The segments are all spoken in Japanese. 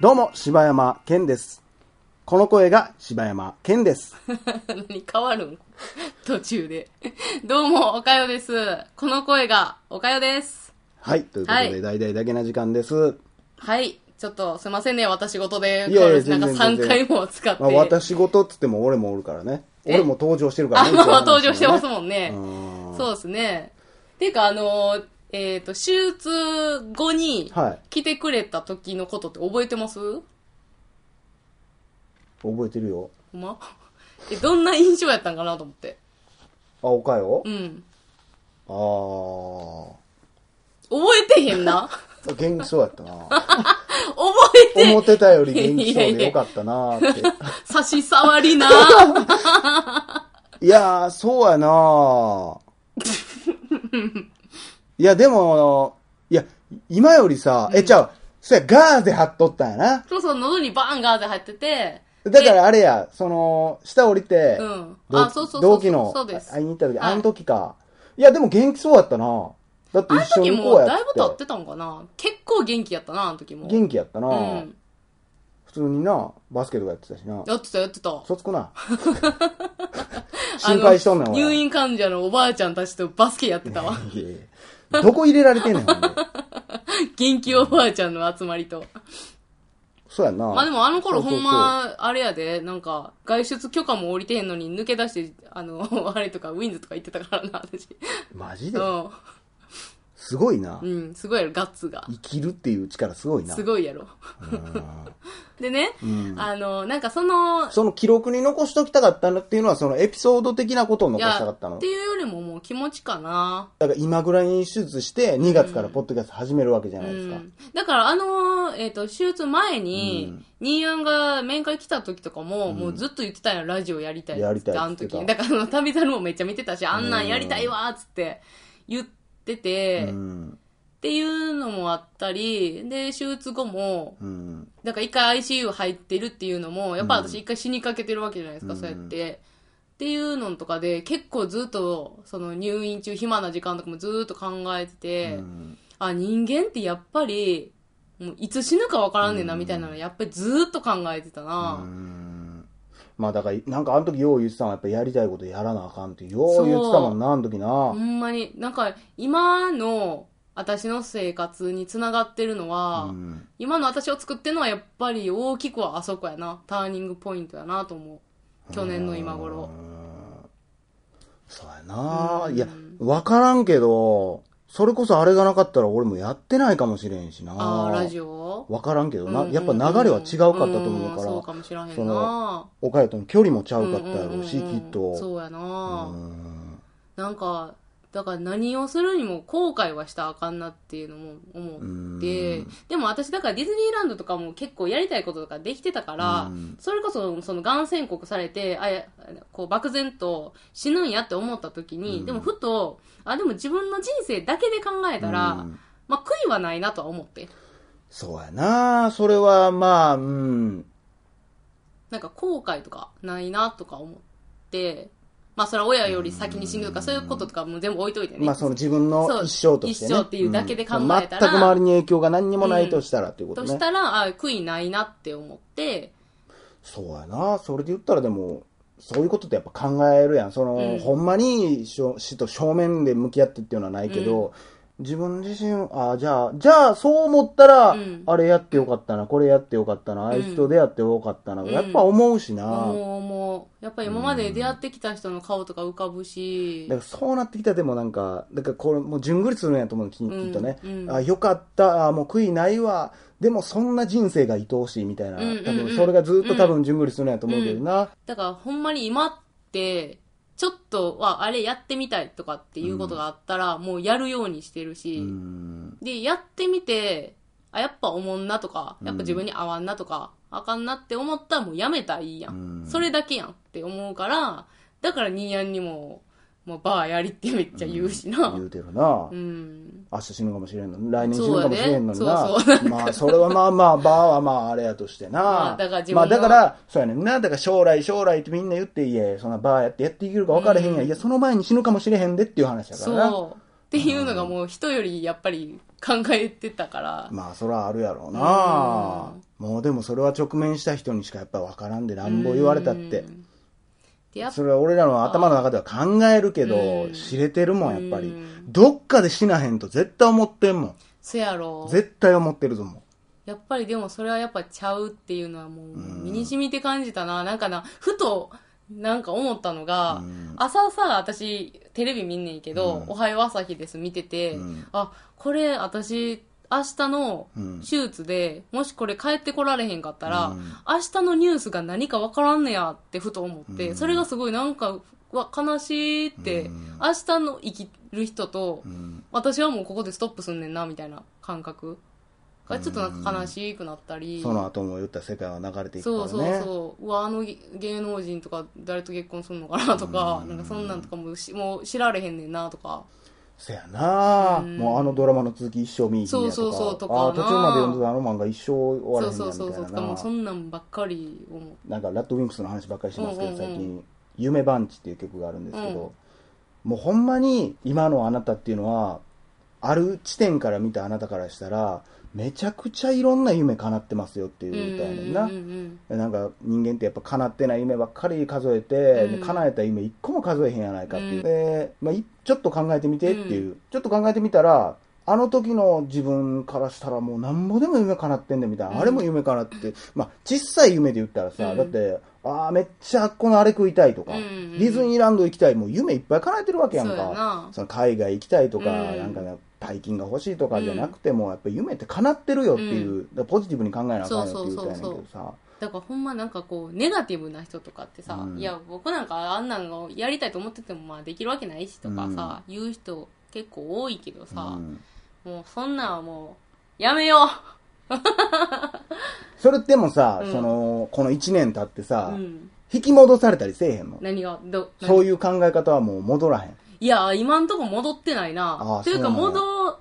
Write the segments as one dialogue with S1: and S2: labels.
S1: どうも、柴山健です。この声が柴山健です。
S2: 何変わるん 途中で。どうも、おかよです。この声が、おかよです。
S1: はい、ということ
S2: は
S1: で、
S2: い
S1: 大々だけな時間です。
S2: はい。ちょっと、すいませんね、私事で。
S1: いやいや
S2: 変わるしなんか
S1: 全然全然
S2: 3回も使って。
S1: まあ、私事っつっても俺もおるからね。
S2: え
S1: 俺も登場してるから
S2: あ、
S1: ね。
S2: もう
S1: 一応話
S2: 登場してます
S1: ね
S2: もんね。
S1: うん
S2: そうですね。ていうか、あのー、えっ、と、手術後に
S1: はい、
S2: 来てくれた時のことって覚えてます、
S1: 覚えてるよ。
S2: ほんまえ、どんな印象やったんかなと思って。
S1: あ、おかよ
S2: うん。
S1: あー
S2: 覚えてへ んな
S1: 元気そうやった な。
S2: 覚えて
S1: 思ってたより元気そうでよかったな ーって。
S2: 差し障りな
S1: いやー、そうやなーいや、でも、いや、今よりさ、え、ちゃう、そや、ガーゼ貼っとったんやな。
S2: そうそう、喉にバーンガーゼ入ってて。
S1: だから
S2: で、
S1: あれや、その、下降りて、
S2: うん
S1: 同
S2: あそうそうそう
S1: 同期の
S2: そうです
S1: 会いに行った時、
S2: はい
S1: あの時か。いや、でも元気そうやったな。だって
S2: あの
S1: 一緒
S2: 時
S1: に行こ
S2: も
S1: う
S2: う
S1: や
S2: だ
S1: っ
S2: いぶ
S1: て。
S2: 経ってたんかな結構元気やったな、あの時も。
S1: 元気やったな、
S2: うん。
S1: 普通にな、バスケとかやってたしな。
S2: やってた、やってた。
S1: そつく な。心配しとんねん、
S2: あの
S1: 俺
S2: 入院患者のおばあちゃんたちとバスケやって たわ。
S1: いやいやどこ入れられてんねん、ほんで
S2: 元気おばあちゃんの集まりと。
S1: そうやんな。
S2: まあでもあの頃
S1: そう
S2: ほ
S1: そうそうん
S2: ま、あれやで、なんか、外出許可も降りてへんのに抜け出して、あの、 あれとか、ウィンズとか行ってたから な、私。
S1: マジで
S2: う
S1: すごいな。
S2: ん。うん、すごいやろ、ガッツが。
S1: 生きるっていう力すごいな。
S2: すごいやろ。でね、あの、なんかその、
S1: その記録に残しときたかったなっていうのは、そのエピソード的なことを
S2: い
S1: 残したか
S2: や
S1: ったの
S2: って。いうよりももう気持ちかな。
S1: だから今ぐらいに手術して、2月からポッドキャスト始めるわけじゃないですか。
S2: うんだからあのーえっ、と、手術前に、新安が面会来た時とかも、もうずっと言ってたよ、ラジオやりたいっつって。
S1: やりたいっつ
S2: あ
S1: っ
S2: の
S1: て
S2: 時
S1: た。
S2: だからあの、旅猿もめっちゃ見てたし、あんなんやりたいわ、っつって言ってて、
S1: う
S2: っ
S1: ん。
S2: ていうのもあったり、で、手術後も、
S1: うん。
S2: なんか一回 ICU 入ってるっていうのも、やっぱ私一回死にかけてるわけじゃないですか、
S1: うん
S2: そうやって。っていうのとかで、結構ずっと、その入院中暇な時間とかもずっと考えてて、
S1: うん
S2: あ、人間ってやっぱり、もういつ死ぬかわからんねんな、みたいなの、やっぱりずっと考えてた
S1: う
S2: な。
S1: んまあだから、なんかあの時よう言ってたのは、やっぱやりたいことやらなあかんって、よう言ってたもんな、あの時な
S2: ほ。んまに、なんか、今の、私の生活につながってるのは、
S1: うん
S2: 今の私を作ってるのはやっぱり大きくはあそこやな。ターニングポイントやなと思う。去年の今頃。
S1: そうやな。いや、わからんけど、それこそあれがなかったら俺もやってないかもしれんしな。
S2: ああ、ラジオ
S1: わからんけどな、
S2: うんうんうん
S1: やっぱ流れは違うかったと思うから、
S2: そうかもしらへ
S1: そ
S2: んな
S1: のおかよとの距離もちゃ
S2: う
S1: うんか
S2: う
S1: っ
S2: ん
S1: たやろうし、
S2: うんうん
S1: きっと。
S2: そうやな、
S1: うん
S2: なんかだから何をするにも後悔はしたらあかんなっていうのも思って、
S1: うん
S2: でも私だからディズニーランドとかも結構やりたいこととかできてたから、
S1: うん
S2: それこそそのがん宣告されてあやこう漠然と死ぬんやって思った時に、
S1: うん
S2: でもふとあでも自分の人生だけで考えたら、
S1: うん
S2: まあ悔いはないなとは思って
S1: そうやな、それはまあ、うん。
S2: なんか後悔とかないなとか思って、まあそれは親より先に死ぬとかそういうこととかも全部置いといてね。
S1: まあその自分の
S2: そう
S1: 一生としてね。
S2: 一生っていうだけで考えたら
S1: ん全く周りに影響が何にもないとしたらっていうこと
S2: と
S1: ね。
S2: したら、あ悔いないなって思って、
S1: そうやな、それで言ったらでも、そういうことってやっぱ考えるやん。その、
S2: うん
S1: ほんまにしょ死と正面で向き合ってっていうのはないけど、自分自身、あじゃあ、じゃあそう思ったら、
S2: うん
S1: あれやってよかったな、これやってよかったな、あいつと出会ってよかったな、
S2: ん
S1: やっぱ思うしな。
S2: もう、もう、やっぱり今まで出会ってきた人の顔とか浮かぶし
S1: だか、らそうなってきたらでもなんか、だからこれもうじゅんぐりするんやと思うのきき
S2: ん
S1: っとね。
S2: うん
S1: あよかった、あもう悔いないわ。でもそんな人生が愛おしいみたいな。
S2: うんうんうん
S1: 多分それがずっと多分じゅんぐりするんやと思うけどな。
S2: だからほんまに今って、ちょっとはあれやってみたいとかっていうことがあったら、もうやるようにしてるし、
S1: うん
S2: で、やってみて、あ、やっぱおもんなとか、やっぱ自分に合わんなとか、あかんなって思ったらもうやめたらいいやん。
S1: うん
S2: それだけやんって思うから、だからニーヤンにも、もうバーやりってめっちゃ言うしな。う
S1: 言
S2: ん。
S1: うてるな。明日死ぬかもしれんのに、来年死ぬかもしれんのにな。
S2: そうやねそうそ う
S1: まあ、それはまあまあ、バーはまあ、あれやとしてな。
S2: まあだから自分
S1: ま
S2: の
S1: あ、だから、そうやねんな。だから将来、将来ってみんな言って、いや、そんなバーやってやっていけるか分からへんや、ん。いや、その前に死ぬかもしれへんでっていう話だからな。
S2: そう。っていうのがもう人よりやっぱり考えてたから、
S1: まあ、それはあるやろうな。もうでもそれは直面した人にしかやっぱ分からんで、なんぼ言われたって
S2: う。んでやっぱ
S1: それは俺らの頭の中では考えるけど
S2: う、ん
S1: 知れてるもん、やっぱり
S2: う。
S1: どっかで死なへんと絶対思ってんも
S2: そやろ
S1: ん。絶対思ってると思
S2: やっぱりでもそれはやっぱちゃうっていうのはもう身に染みて感じたな、なんかなふとなんか思ったのが、
S1: うん
S2: 朝さ私テレビ見んねんけど「
S1: うん
S2: おはよう朝日です」見てて、
S1: うん
S2: あこれ私明日の
S1: うん
S2: 手術で、もしこれ帰ってこられへんかったら、
S1: うん
S2: 明日のニュースが何かわからんねやってふと思って、
S1: うん
S2: それがすごいなんかわ悲しいって、
S1: うん
S2: 明日の生きる人と、
S1: う。うん。
S2: 私はもうここでストップすんねんなみたいな感覚がちょっとなんか悲しくなったり、
S1: その後も言った世界は流れてい
S2: そ
S1: く
S2: う
S1: か
S2: そう
S1: らね。
S2: そううわあの芸芸能人とか誰と結婚するのかなとか,、なんかそんなんとかもしもう知られへんねんなとか
S1: せやな、
S2: うん
S1: もうあのドラマの続き一生見いひんやとか。
S2: そうそうそうとかな
S1: ああ、途中まで読んでたあの漫画一生終わら
S2: そ
S1: へ
S2: うんそう
S1: やみ
S2: そうそう
S1: た
S2: と
S1: い
S2: かも
S1: な
S2: うそんなんばっかり思う
S1: なんかラッドウィンクスの話ばっかりしてますけど、
S2: うんうんうん
S1: 最近「夢バンチ」っていう曲があるんですけど、もうほんまに今のあなたっていうのはある地点から見たあなたからしたらめちゃくちゃいろんな夢叶ってますよっていう歌やねんな、
S2: うんうんうん
S1: なんか人間ってやっぱ叶ってない夢ばっかり数えて、
S2: うん
S1: で叶えた夢一個も数えへんやないかっていう、
S2: うん
S1: でまあ、いちょっと考えてみてっていう、ちょっと考えてみたらあの時の自分からしたらもうなんぼでも夢叶ってんねんみたいな、
S2: うん
S1: あれも夢叶ってまあ小さい夢で言ったらさ、
S2: うん
S1: だってああめっちゃあっこのあれ食いたいとか、
S2: うんうん
S1: ディズニーランド行きたいもう夢いっぱい叶えてるわけやん
S2: そうや
S1: か
S2: な
S1: その海外行きたいとか、
S2: うん
S1: なんかね大金が欲しいとかじゃなくても、やっぱ夢って叶ってるよっていう、だか
S2: う
S1: らポジティブに考えなあかんよっていう歌やねんけどさ。
S2: そうそうだからほんまなんかこうネガティブな人とかってさ、
S1: うん
S2: いや僕なんかあんなんをやりたいと思っててもまあできるわけないしとかさ、言う人結構多いけどさ
S1: う、ん
S2: もうそんなんはもうやめよ
S1: それでもさ、
S2: うん
S1: そのこの1年経って
S2: う、
S1: さ、
S2: うん、
S1: 引き戻されたりせえへんの
S2: 何がど何
S1: そういう考え方はもう戻らへん
S2: いや、今んとこ戻ってないな
S1: あ。
S2: という
S1: そ
S2: か、
S1: うなんや
S2: 戻、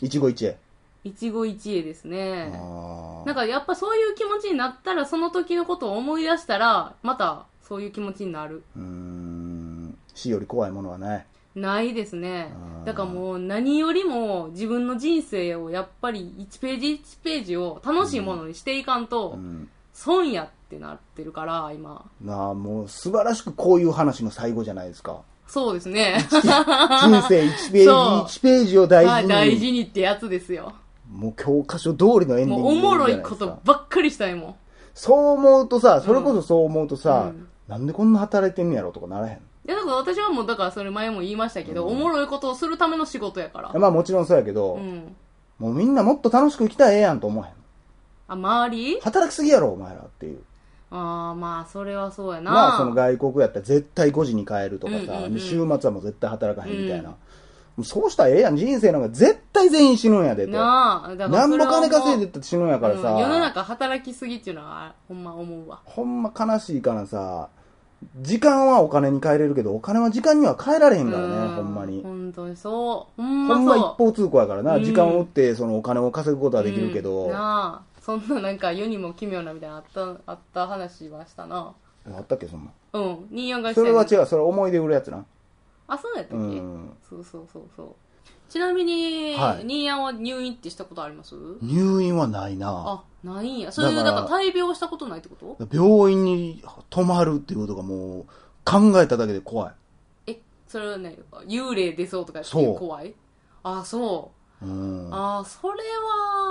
S1: 一期一
S2: 一期一会です
S1: 会、
S2: ね。
S1: あー
S2: なんかやっぱそういう気持ちになったら、その時のことを思い出したら、またそういう気持ちになる。
S1: うーん死より怖いものはない
S2: ないですね
S1: あー。
S2: だからもう何よりも自分の人生をやっぱり1ページ1ページを楽しいものにしていかん
S1: う
S2: と、
S1: ん
S2: 損やってなってるから、今。
S1: なあもう素晴らしくこういう話の最後じゃないです か
S2: そうですね。
S1: 人生1ページ
S2: そう
S1: 1ページを大事
S2: はい
S1: に、
S2: 大事にってやつですよ。
S1: もう教科書通りのエンディング
S2: もうお
S1: でいいじゃ
S2: も
S1: な
S2: ろ
S1: い
S2: い
S1: ですか
S2: ことばっかりしたいもん。
S1: そう思うとさそれこそそう思うとさ、
S2: うん
S1: なんでこんな働いてんねやろとかならへん
S2: いやだから私はもうだからそれ前も言いましたけど、おもろいことをするための仕事やから
S1: まあもちろんそうやけど、
S2: うん
S1: もうみんなもっと楽しく生きたらええやんと思わへん。
S2: あ周り
S1: 働きすぎやろ、お前らっていう。
S2: ああまあそれはそうやな、
S1: まあその外国やったら絶対5時に帰るとかさ、
S2: うんうんうん
S1: 週末はもう絶対働かへんみたいな。
S2: うん
S1: もうそうしたらええやん、人生なんか絶対全員死ぬんやでと。な
S2: なあだ
S1: んぼ金稼いで
S2: だ
S1: ったって死ぬんやからさ、
S2: 世の中働きすぎっていうのはほんま思うわ
S1: ほんま悲しいからさ、時間はお金に変えれるけど、お金は時間には変えられへんからね、ほんまに。
S2: 本当にそうほんま
S1: ほ
S2: そうん
S1: ま一方通行やからな、
S2: うん
S1: 時間を打ってそのお金を稼ぐことはできるけど、
S2: うんなあそんななんか世にも奇妙なみたいなあったあった話はしたな
S1: あったっけ、そんな。
S2: うん24が
S1: それは違
S2: う
S1: う、それは思い出売るやつな。
S2: あそうやったっ
S1: う
S2: け、
S1: ん。
S2: そうそうそうそうちなみに、
S1: はい
S2: ニーヤンは入院ってしたことあります
S1: 入院はないな
S2: あ、ないんや。そういう、
S1: だ
S2: だ
S1: か
S2: からら大病したことないってこと
S1: 病院に泊まるっていうことがもう考えただけで怖い、
S2: え、それはね、幽霊出そうとかって
S1: そ
S2: いう
S1: う
S2: 怖いあ、そう。
S1: うん、だか
S2: あ、それは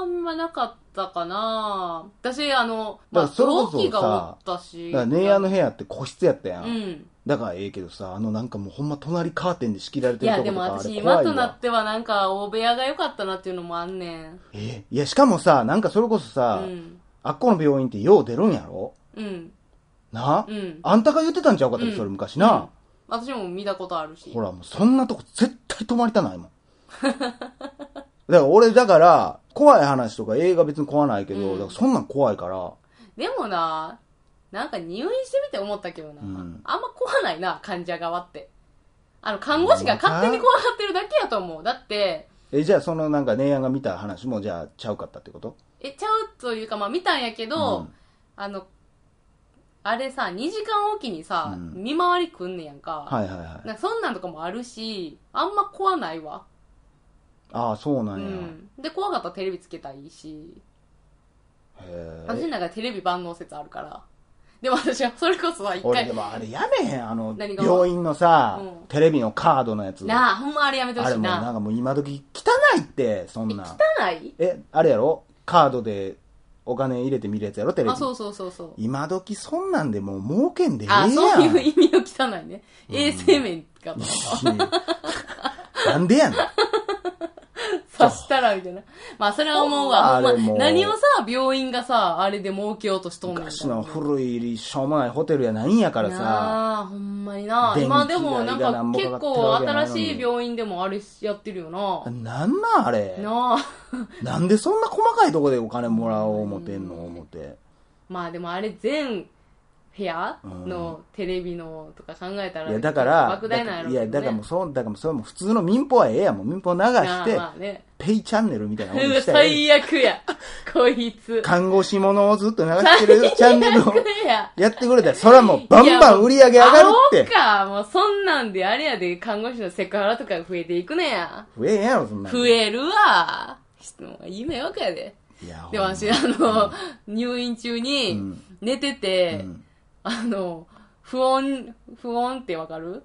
S2: あんまなかったかな。私、あの、ま
S1: だか
S2: あ、
S1: らそれこ
S2: 同
S1: そさ
S2: 期がおったし。
S1: ら姉やの部屋って個室やったやん、
S2: うん。
S1: だからええけどさあのなんかもうほんま隣カーテンで仕切られ
S2: い
S1: てる
S2: や、
S1: とこ
S2: で
S1: と
S2: も
S1: かあれ
S2: 私、
S1: 怖
S2: 今
S1: い
S2: とな
S1: わ
S2: ってはなんか、大部屋が良かったなっていうのもあんねん。
S1: えいやしかもさなんかそれこそうさ、
S2: ん。
S1: あっこの病院ってよう出るんやろ
S2: うん。
S1: な、
S2: うん。
S1: あんたが言ってたんちゃうかったっけ
S2: うん
S1: それ昔な、
S2: 私も見たことあるし。
S1: ほらもうそんなとこ絶対泊まりた ないもんだから俺だから怖い話とか映画別に怖ないけど、
S2: うん
S1: だからそんなん怖いから
S2: でもな、なんか入院してみて思ったけどな、
S1: うん
S2: あんま怖ないな、患者側って。あの、看護師が勝手に怖がってるだけやと思う。だって、
S1: えじゃあそのなんか姉やんが見た話もじゃあちゃうかったってこと
S2: え、ちゃうというか、まあ見たんやけど、
S1: うん
S2: あの、あれさ、2時間おきにさ、
S1: うん
S2: 見回りくんねやんか。
S1: はいはいはい
S2: なんかそんなんとかもあるし、あんま怖ないわ。
S1: ああ、そうな
S2: うん
S1: や。
S2: ん、で怖かったらテレビつけたらいいし私
S1: へえ。
S2: の中でテレビ万能説あるからでも私はそれこそは一
S1: 俺
S2: 回
S1: でもあれやめへん。あの、
S2: 何が
S1: 病院のさ
S2: うん、
S1: テレビのカードのやつ。
S2: なあほんまあれやめてほ
S1: あ
S2: し
S1: れ
S2: い
S1: もうな
S2: なん
S1: かもう今時汚いって、そんな。
S2: 汚い
S1: え、あれやろカードでお金入れて見るやつやろテレビ
S2: あ。そうそうそうそう
S1: 今時そんなんでもう儲けんでええやん。
S2: あそういう意味の汚いね衛生面か と
S1: なんでや ねん。
S2: 刺したらみたいなまあそれは思う
S1: あ
S2: わ
S1: れ
S2: ほん
S1: も
S2: ま
S1: う
S2: 何をさ病院がさあれで儲けようとしとんねんみたいな
S1: 昔の古いしょうもないホテルやないんやからさ。
S2: なあほんまにな
S1: 電気代が
S2: 今でもなんか
S1: なんぼかか
S2: 結
S1: ってる
S2: 構
S1: わけやない
S2: 新
S1: のに
S2: しい病院でもあれやってるよな
S1: なんなんあれ。
S2: なあ
S1: なんでそんな細かいとこでお金もらおう思てんの思て。
S2: まあでもあれ全部屋のテレビのとか考えたら
S1: いや、だから、
S2: 莫大なんやろ
S1: いや、だからもう
S2: う
S1: そう、だからもうそれも普通の民放はええやんもう民放流
S2: けどね
S1: し
S2: なあ
S1: て、
S2: まあね
S1: ペイチャンネルみたいなもん
S2: う
S1: に
S2: わ
S1: したらええ
S2: 最悪 やこいつ
S1: 看護師ものをずっと流してるチャンネルを
S2: 最悪や
S1: やってくれたら、それはもうバンバン売り上げ上がるって
S2: 青。かもうそんなんであれやで看護師のセクハラとかが増えていくねや
S1: 増えんやろ、そんなん。
S2: 増えるわもう夢わけやで
S1: いや、
S2: で
S1: ほんま
S2: も私、あの、入院中に
S1: うん
S2: 寝てて、
S1: うん
S2: あの、不穏、不穏ってわかる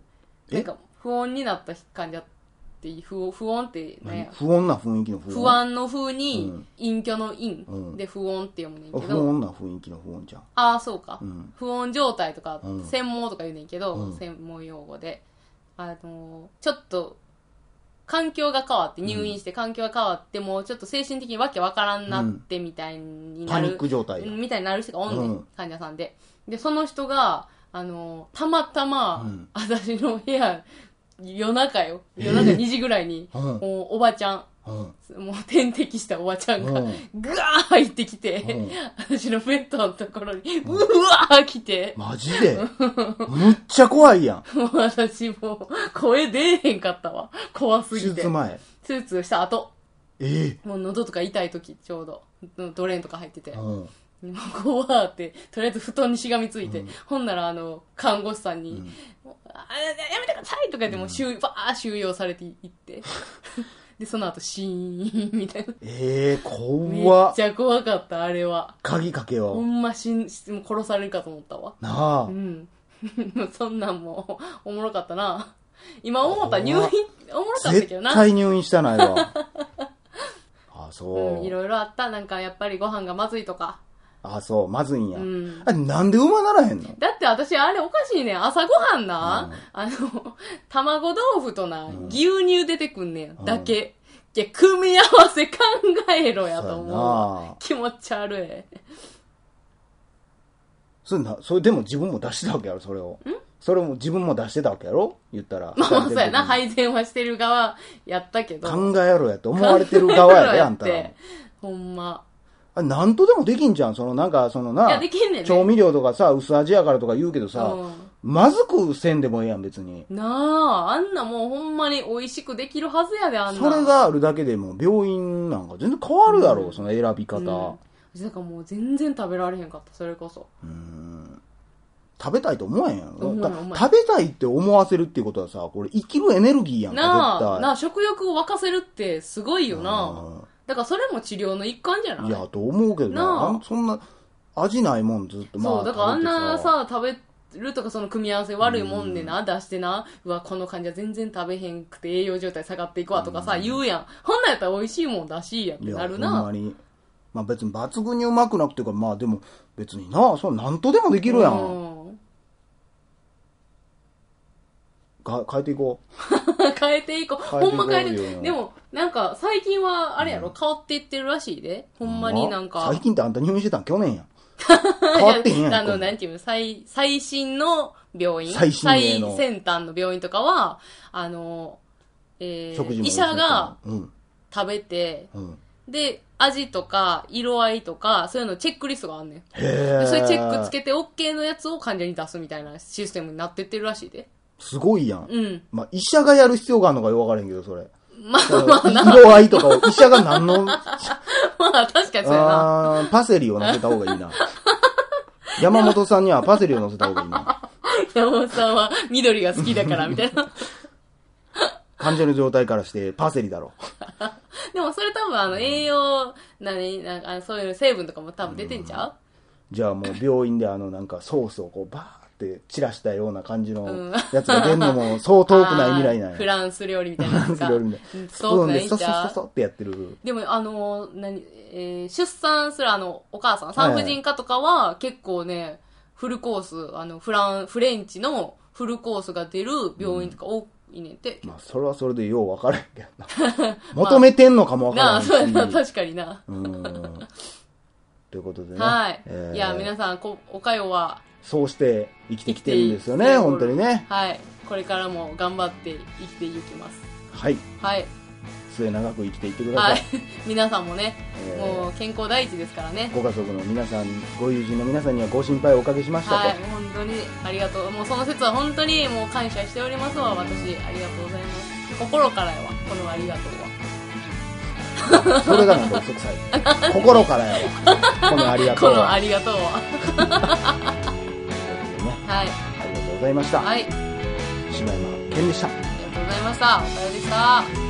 S1: え
S2: なんか、不穏になった患者って、不穏、不穏って何や、
S1: 不穏な雰囲気の不穏。
S2: 不安の風に
S1: うん、
S2: 隠居の陰、
S1: うん
S2: で不穏って読むねん
S1: 不
S2: けど、
S1: 穏な雰囲気の不穏じゃん。
S2: ああ、そうか、
S1: うん
S2: 不穏状態とか
S1: うん、
S2: 専門とか言うねんけど、
S1: うん
S2: 専門用語で。あの、ちょっと、環境が変わって、入院して環境が変わって、もうちょっと精神的にわけわからんなってみたいにな
S1: パ
S2: る。
S1: ニック状態だ。
S2: みたいになる人がおんねん、
S1: うん
S2: 患者さんで。で、その人が、あの、たまたま、
S1: うん
S2: 私の部屋、夜中よ。夜中
S1: えー
S2: 2時ぐらいに、
S1: うん
S2: もうおばちゃん、
S1: うん。
S2: もう点滴したおばちゃんが、
S1: うん
S2: ぐわー入ってきて、
S1: うん
S2: 私のベッドのところに、うわー来て、
S1: マジでむっちゃ怖いやん。
S2: もう私もう、声出えへんかったわ。怖す
S1: 手
S2: ぎて
S1: 術。前。
S2: スーツした後、
S1: え
S2: もう喉とか痛い時、ちょうど、ドレーンとか入ってて
S1: え。。うん。
S2: もう怖って、とりあえず布団にしがみついて、
S1: うん
S2: ほんならあの、看護師さんに、
S1: うん
S2: もうあややめてくださいとか言って、もう収、ばー収容されていって、で、その後、シーンみたいな。
S1: ええ
S2: め
S1: 怖
S2: っ
S1: っ
S2: ち。ゃ怖かった、あれは。
S1: 鍵かけよ
S2: ほ
S1: う。
S2: んま死ん、しもう殺されるかと思ったわ。
S1: なあ
S2: う。ん。もうそん なんも、おもろかったな。今思ったら入院、おもろかったけど
S1: 絶
S2: な。
S1: 対入院したない わ。あ、
S2: うん、
S1: そ。
S2: いうろいろあった。なんか、やっぱりご飯がまずいとか。
S1: あ、そう。まずいんや
S2: うん。
S1: あ、なんで馬ならへんの
S2: だって私、あれおかしいねん。朝ごはんな、
S1: うん
S2: あの、卵豆腐とな、
S1: ん
S2: 牛乳出てくんねん。
S1: うん
S2: だけ。いや、組み合わせ考えろや
S1: そう
S2: と
S1: や
S2: 思う。
S1: な
S2: 気持ち悪い。
S1: それな、それでも自分も出してたわけやろ、それを。それも自分も出してたわけやろ言ったら。
S2: まあまあ、そうやな。
S1: い。
S2: 配膳はしてる側やったけど。
S1: 考えろやって思われてる側やで、あんた
S2: 考えろ
S1: ら
S2: やっ。てほんま。
S1: あ、なんとでもできんじゃん。その、なんか、そのな。
S2: いや、できんねんね。
S1: 調味料とかさ、薄味やからとか言うけどさ、
S2: う
S1: まずくせんでもええやん、別に。
S2: んなあ、あんなもうほんまに美味しくできるはずやで、あんな。
S1: それがあるだけでも、病院なんか全然変わるやろ、
S2: うん
S1: その選び
S2: うん、
S1: 方。
S2: 私だからもう全然食べられへんかった、それこそ。
S1: うん。食べたいと思わへんやろ
S2: 思わへん思わ
S1: だ
S2: へん
S1: 食べたいって思わせるっていうことはさ、これ生きるエネルギーやんか、絶
S2: なあ、
S1: 対。
S2: なあ、食欲を沸かせるってすごいよな。
S1: あ
S2: だからそれも治療の一環じゃない
S1: いや、と思うけどな
S2: なあ
S1: あんそんな、味ないもんずっと。ま
S2: そう、だからあんな
S1: 食べて
S2: さ、食べるとかその組み合わせ悪いもんでな、出してな、うわ、この患者全然食べへんくて栄養状態下がっていくわとかさ、言うやん。ほんなんやったら美味しいもんだしいやって
S1: いや、
S2: なる
S1: ほんま
S2: な。
S1: に。まあ別に抜群にうまくなくていうか、まあでも、別にな、そう、なんとでもできるやん。
S2: うん。
S1: か変えていこう。
S2: 変えていこう。
S1: 変えていこうよ
S2: ほんま変えていこう。でも、なんか、最近は、あれやろ、変わっていってるらしいで。ほんまになん
S1: ま
S2: か。
S1: あ最近ってあんた入院してたん去年 やん。変わってへんやん
S2: い
S1: か。
S2: あの、なんていうの、最、最新の病院。
S1: 最新鋭の
S2: 最先端の病院とかは、あの、え
S1: 食事
S2: ー、
S1: も
S2: 医者が、
S1: うん、
S2: 食べて、
S1: うん。
S2: で、味とか、色合いとか、そういうのチェックリストがあんねん。
S1: へえ。
S2: でそれチェックつけて OK のやつを患者に出すみたいなシステムになってってるらしいで。
S1: すごいやん。
S2: うん。
S1: まあ医者がやる必要があるのかよくわからへんけど、それ。
S2: まあ
S1: 色合いとかを医者が 何の、
S2: まあ、確かにそうやな。
S1: あーパセリを乗せた方がいい な。山本さんにはパセリを乗せた方がいいな。
S2: 山本さんは緑が好きだから、みたいな。
S1: 感情の状態からしてパセリだろ。
S2: でもそれ多分あの栄養、なに、なんかあのそういう成分とかも多分出てんちゃう
S1: じゃあもう病院であのなんかソースをこうバーって散らしたような感じ
S2: うん
S1: のやつが出んのもそう遠くない未来なん
S2: あ
S1: や。
S2: ーフランス料理みたいなやつ
S1: フラ
S2: か。
S1: ンス料理みたい
S2: うん
S1: スプー
S2: 遠く
S1: ン
S2: な
S1: で
S2: いん
S1: そ
S2: ち
S1: そ
S2: ゃ
S1: そうそってやってる。
S2: でも、あの、何、えー出産するあの、お母さん、産婦人科とかは結構ね、フルコース、あの、フラン、フレンチのフルコースが出る病院とか多いねんて。
S1: まあそれはそれでよう分からへんけどな。 求めてんのかも分から
S2: な
S1: へ
S2: あ、
S1: んし。
S2: そうやな、確かにな。
S1: うんということでね。
S2: はい。
S1: えー
S2: いや、皆さん、こおかよは、
S1: そうして生きてきてるんですよ
S2: 生き
S1: ね、
S2: ていく
S1: 本当にね。
S2: はい、これからも頑張って生きていきます。
S1: はい。
S2: はい。
S1: 末長く生きていってくださ。
S2: はいい。 皆さんもね、
S1: えー
S2: もう健康第一ですから ね。
S1: ご家族の皆さん、ご友人の皆さんにはご心配をおかけしましたと。
S2: はい、本当にありがとう。もうその説は本当にもう感謝しておりますわ、私。ありがとうございます。心からやわ、このありがとうは。
S1: それがなんか嘘くさい。 心からやわ。このありがと
S2: こ
S1: う
S2: のあ
S1: は。
S2: りがとうは。
S1: ね
S2: はい。
S1: ありがとうございました。
S2: はい。あり
S1: 柴山健でした。
S2: がとうございました。お疲れでした。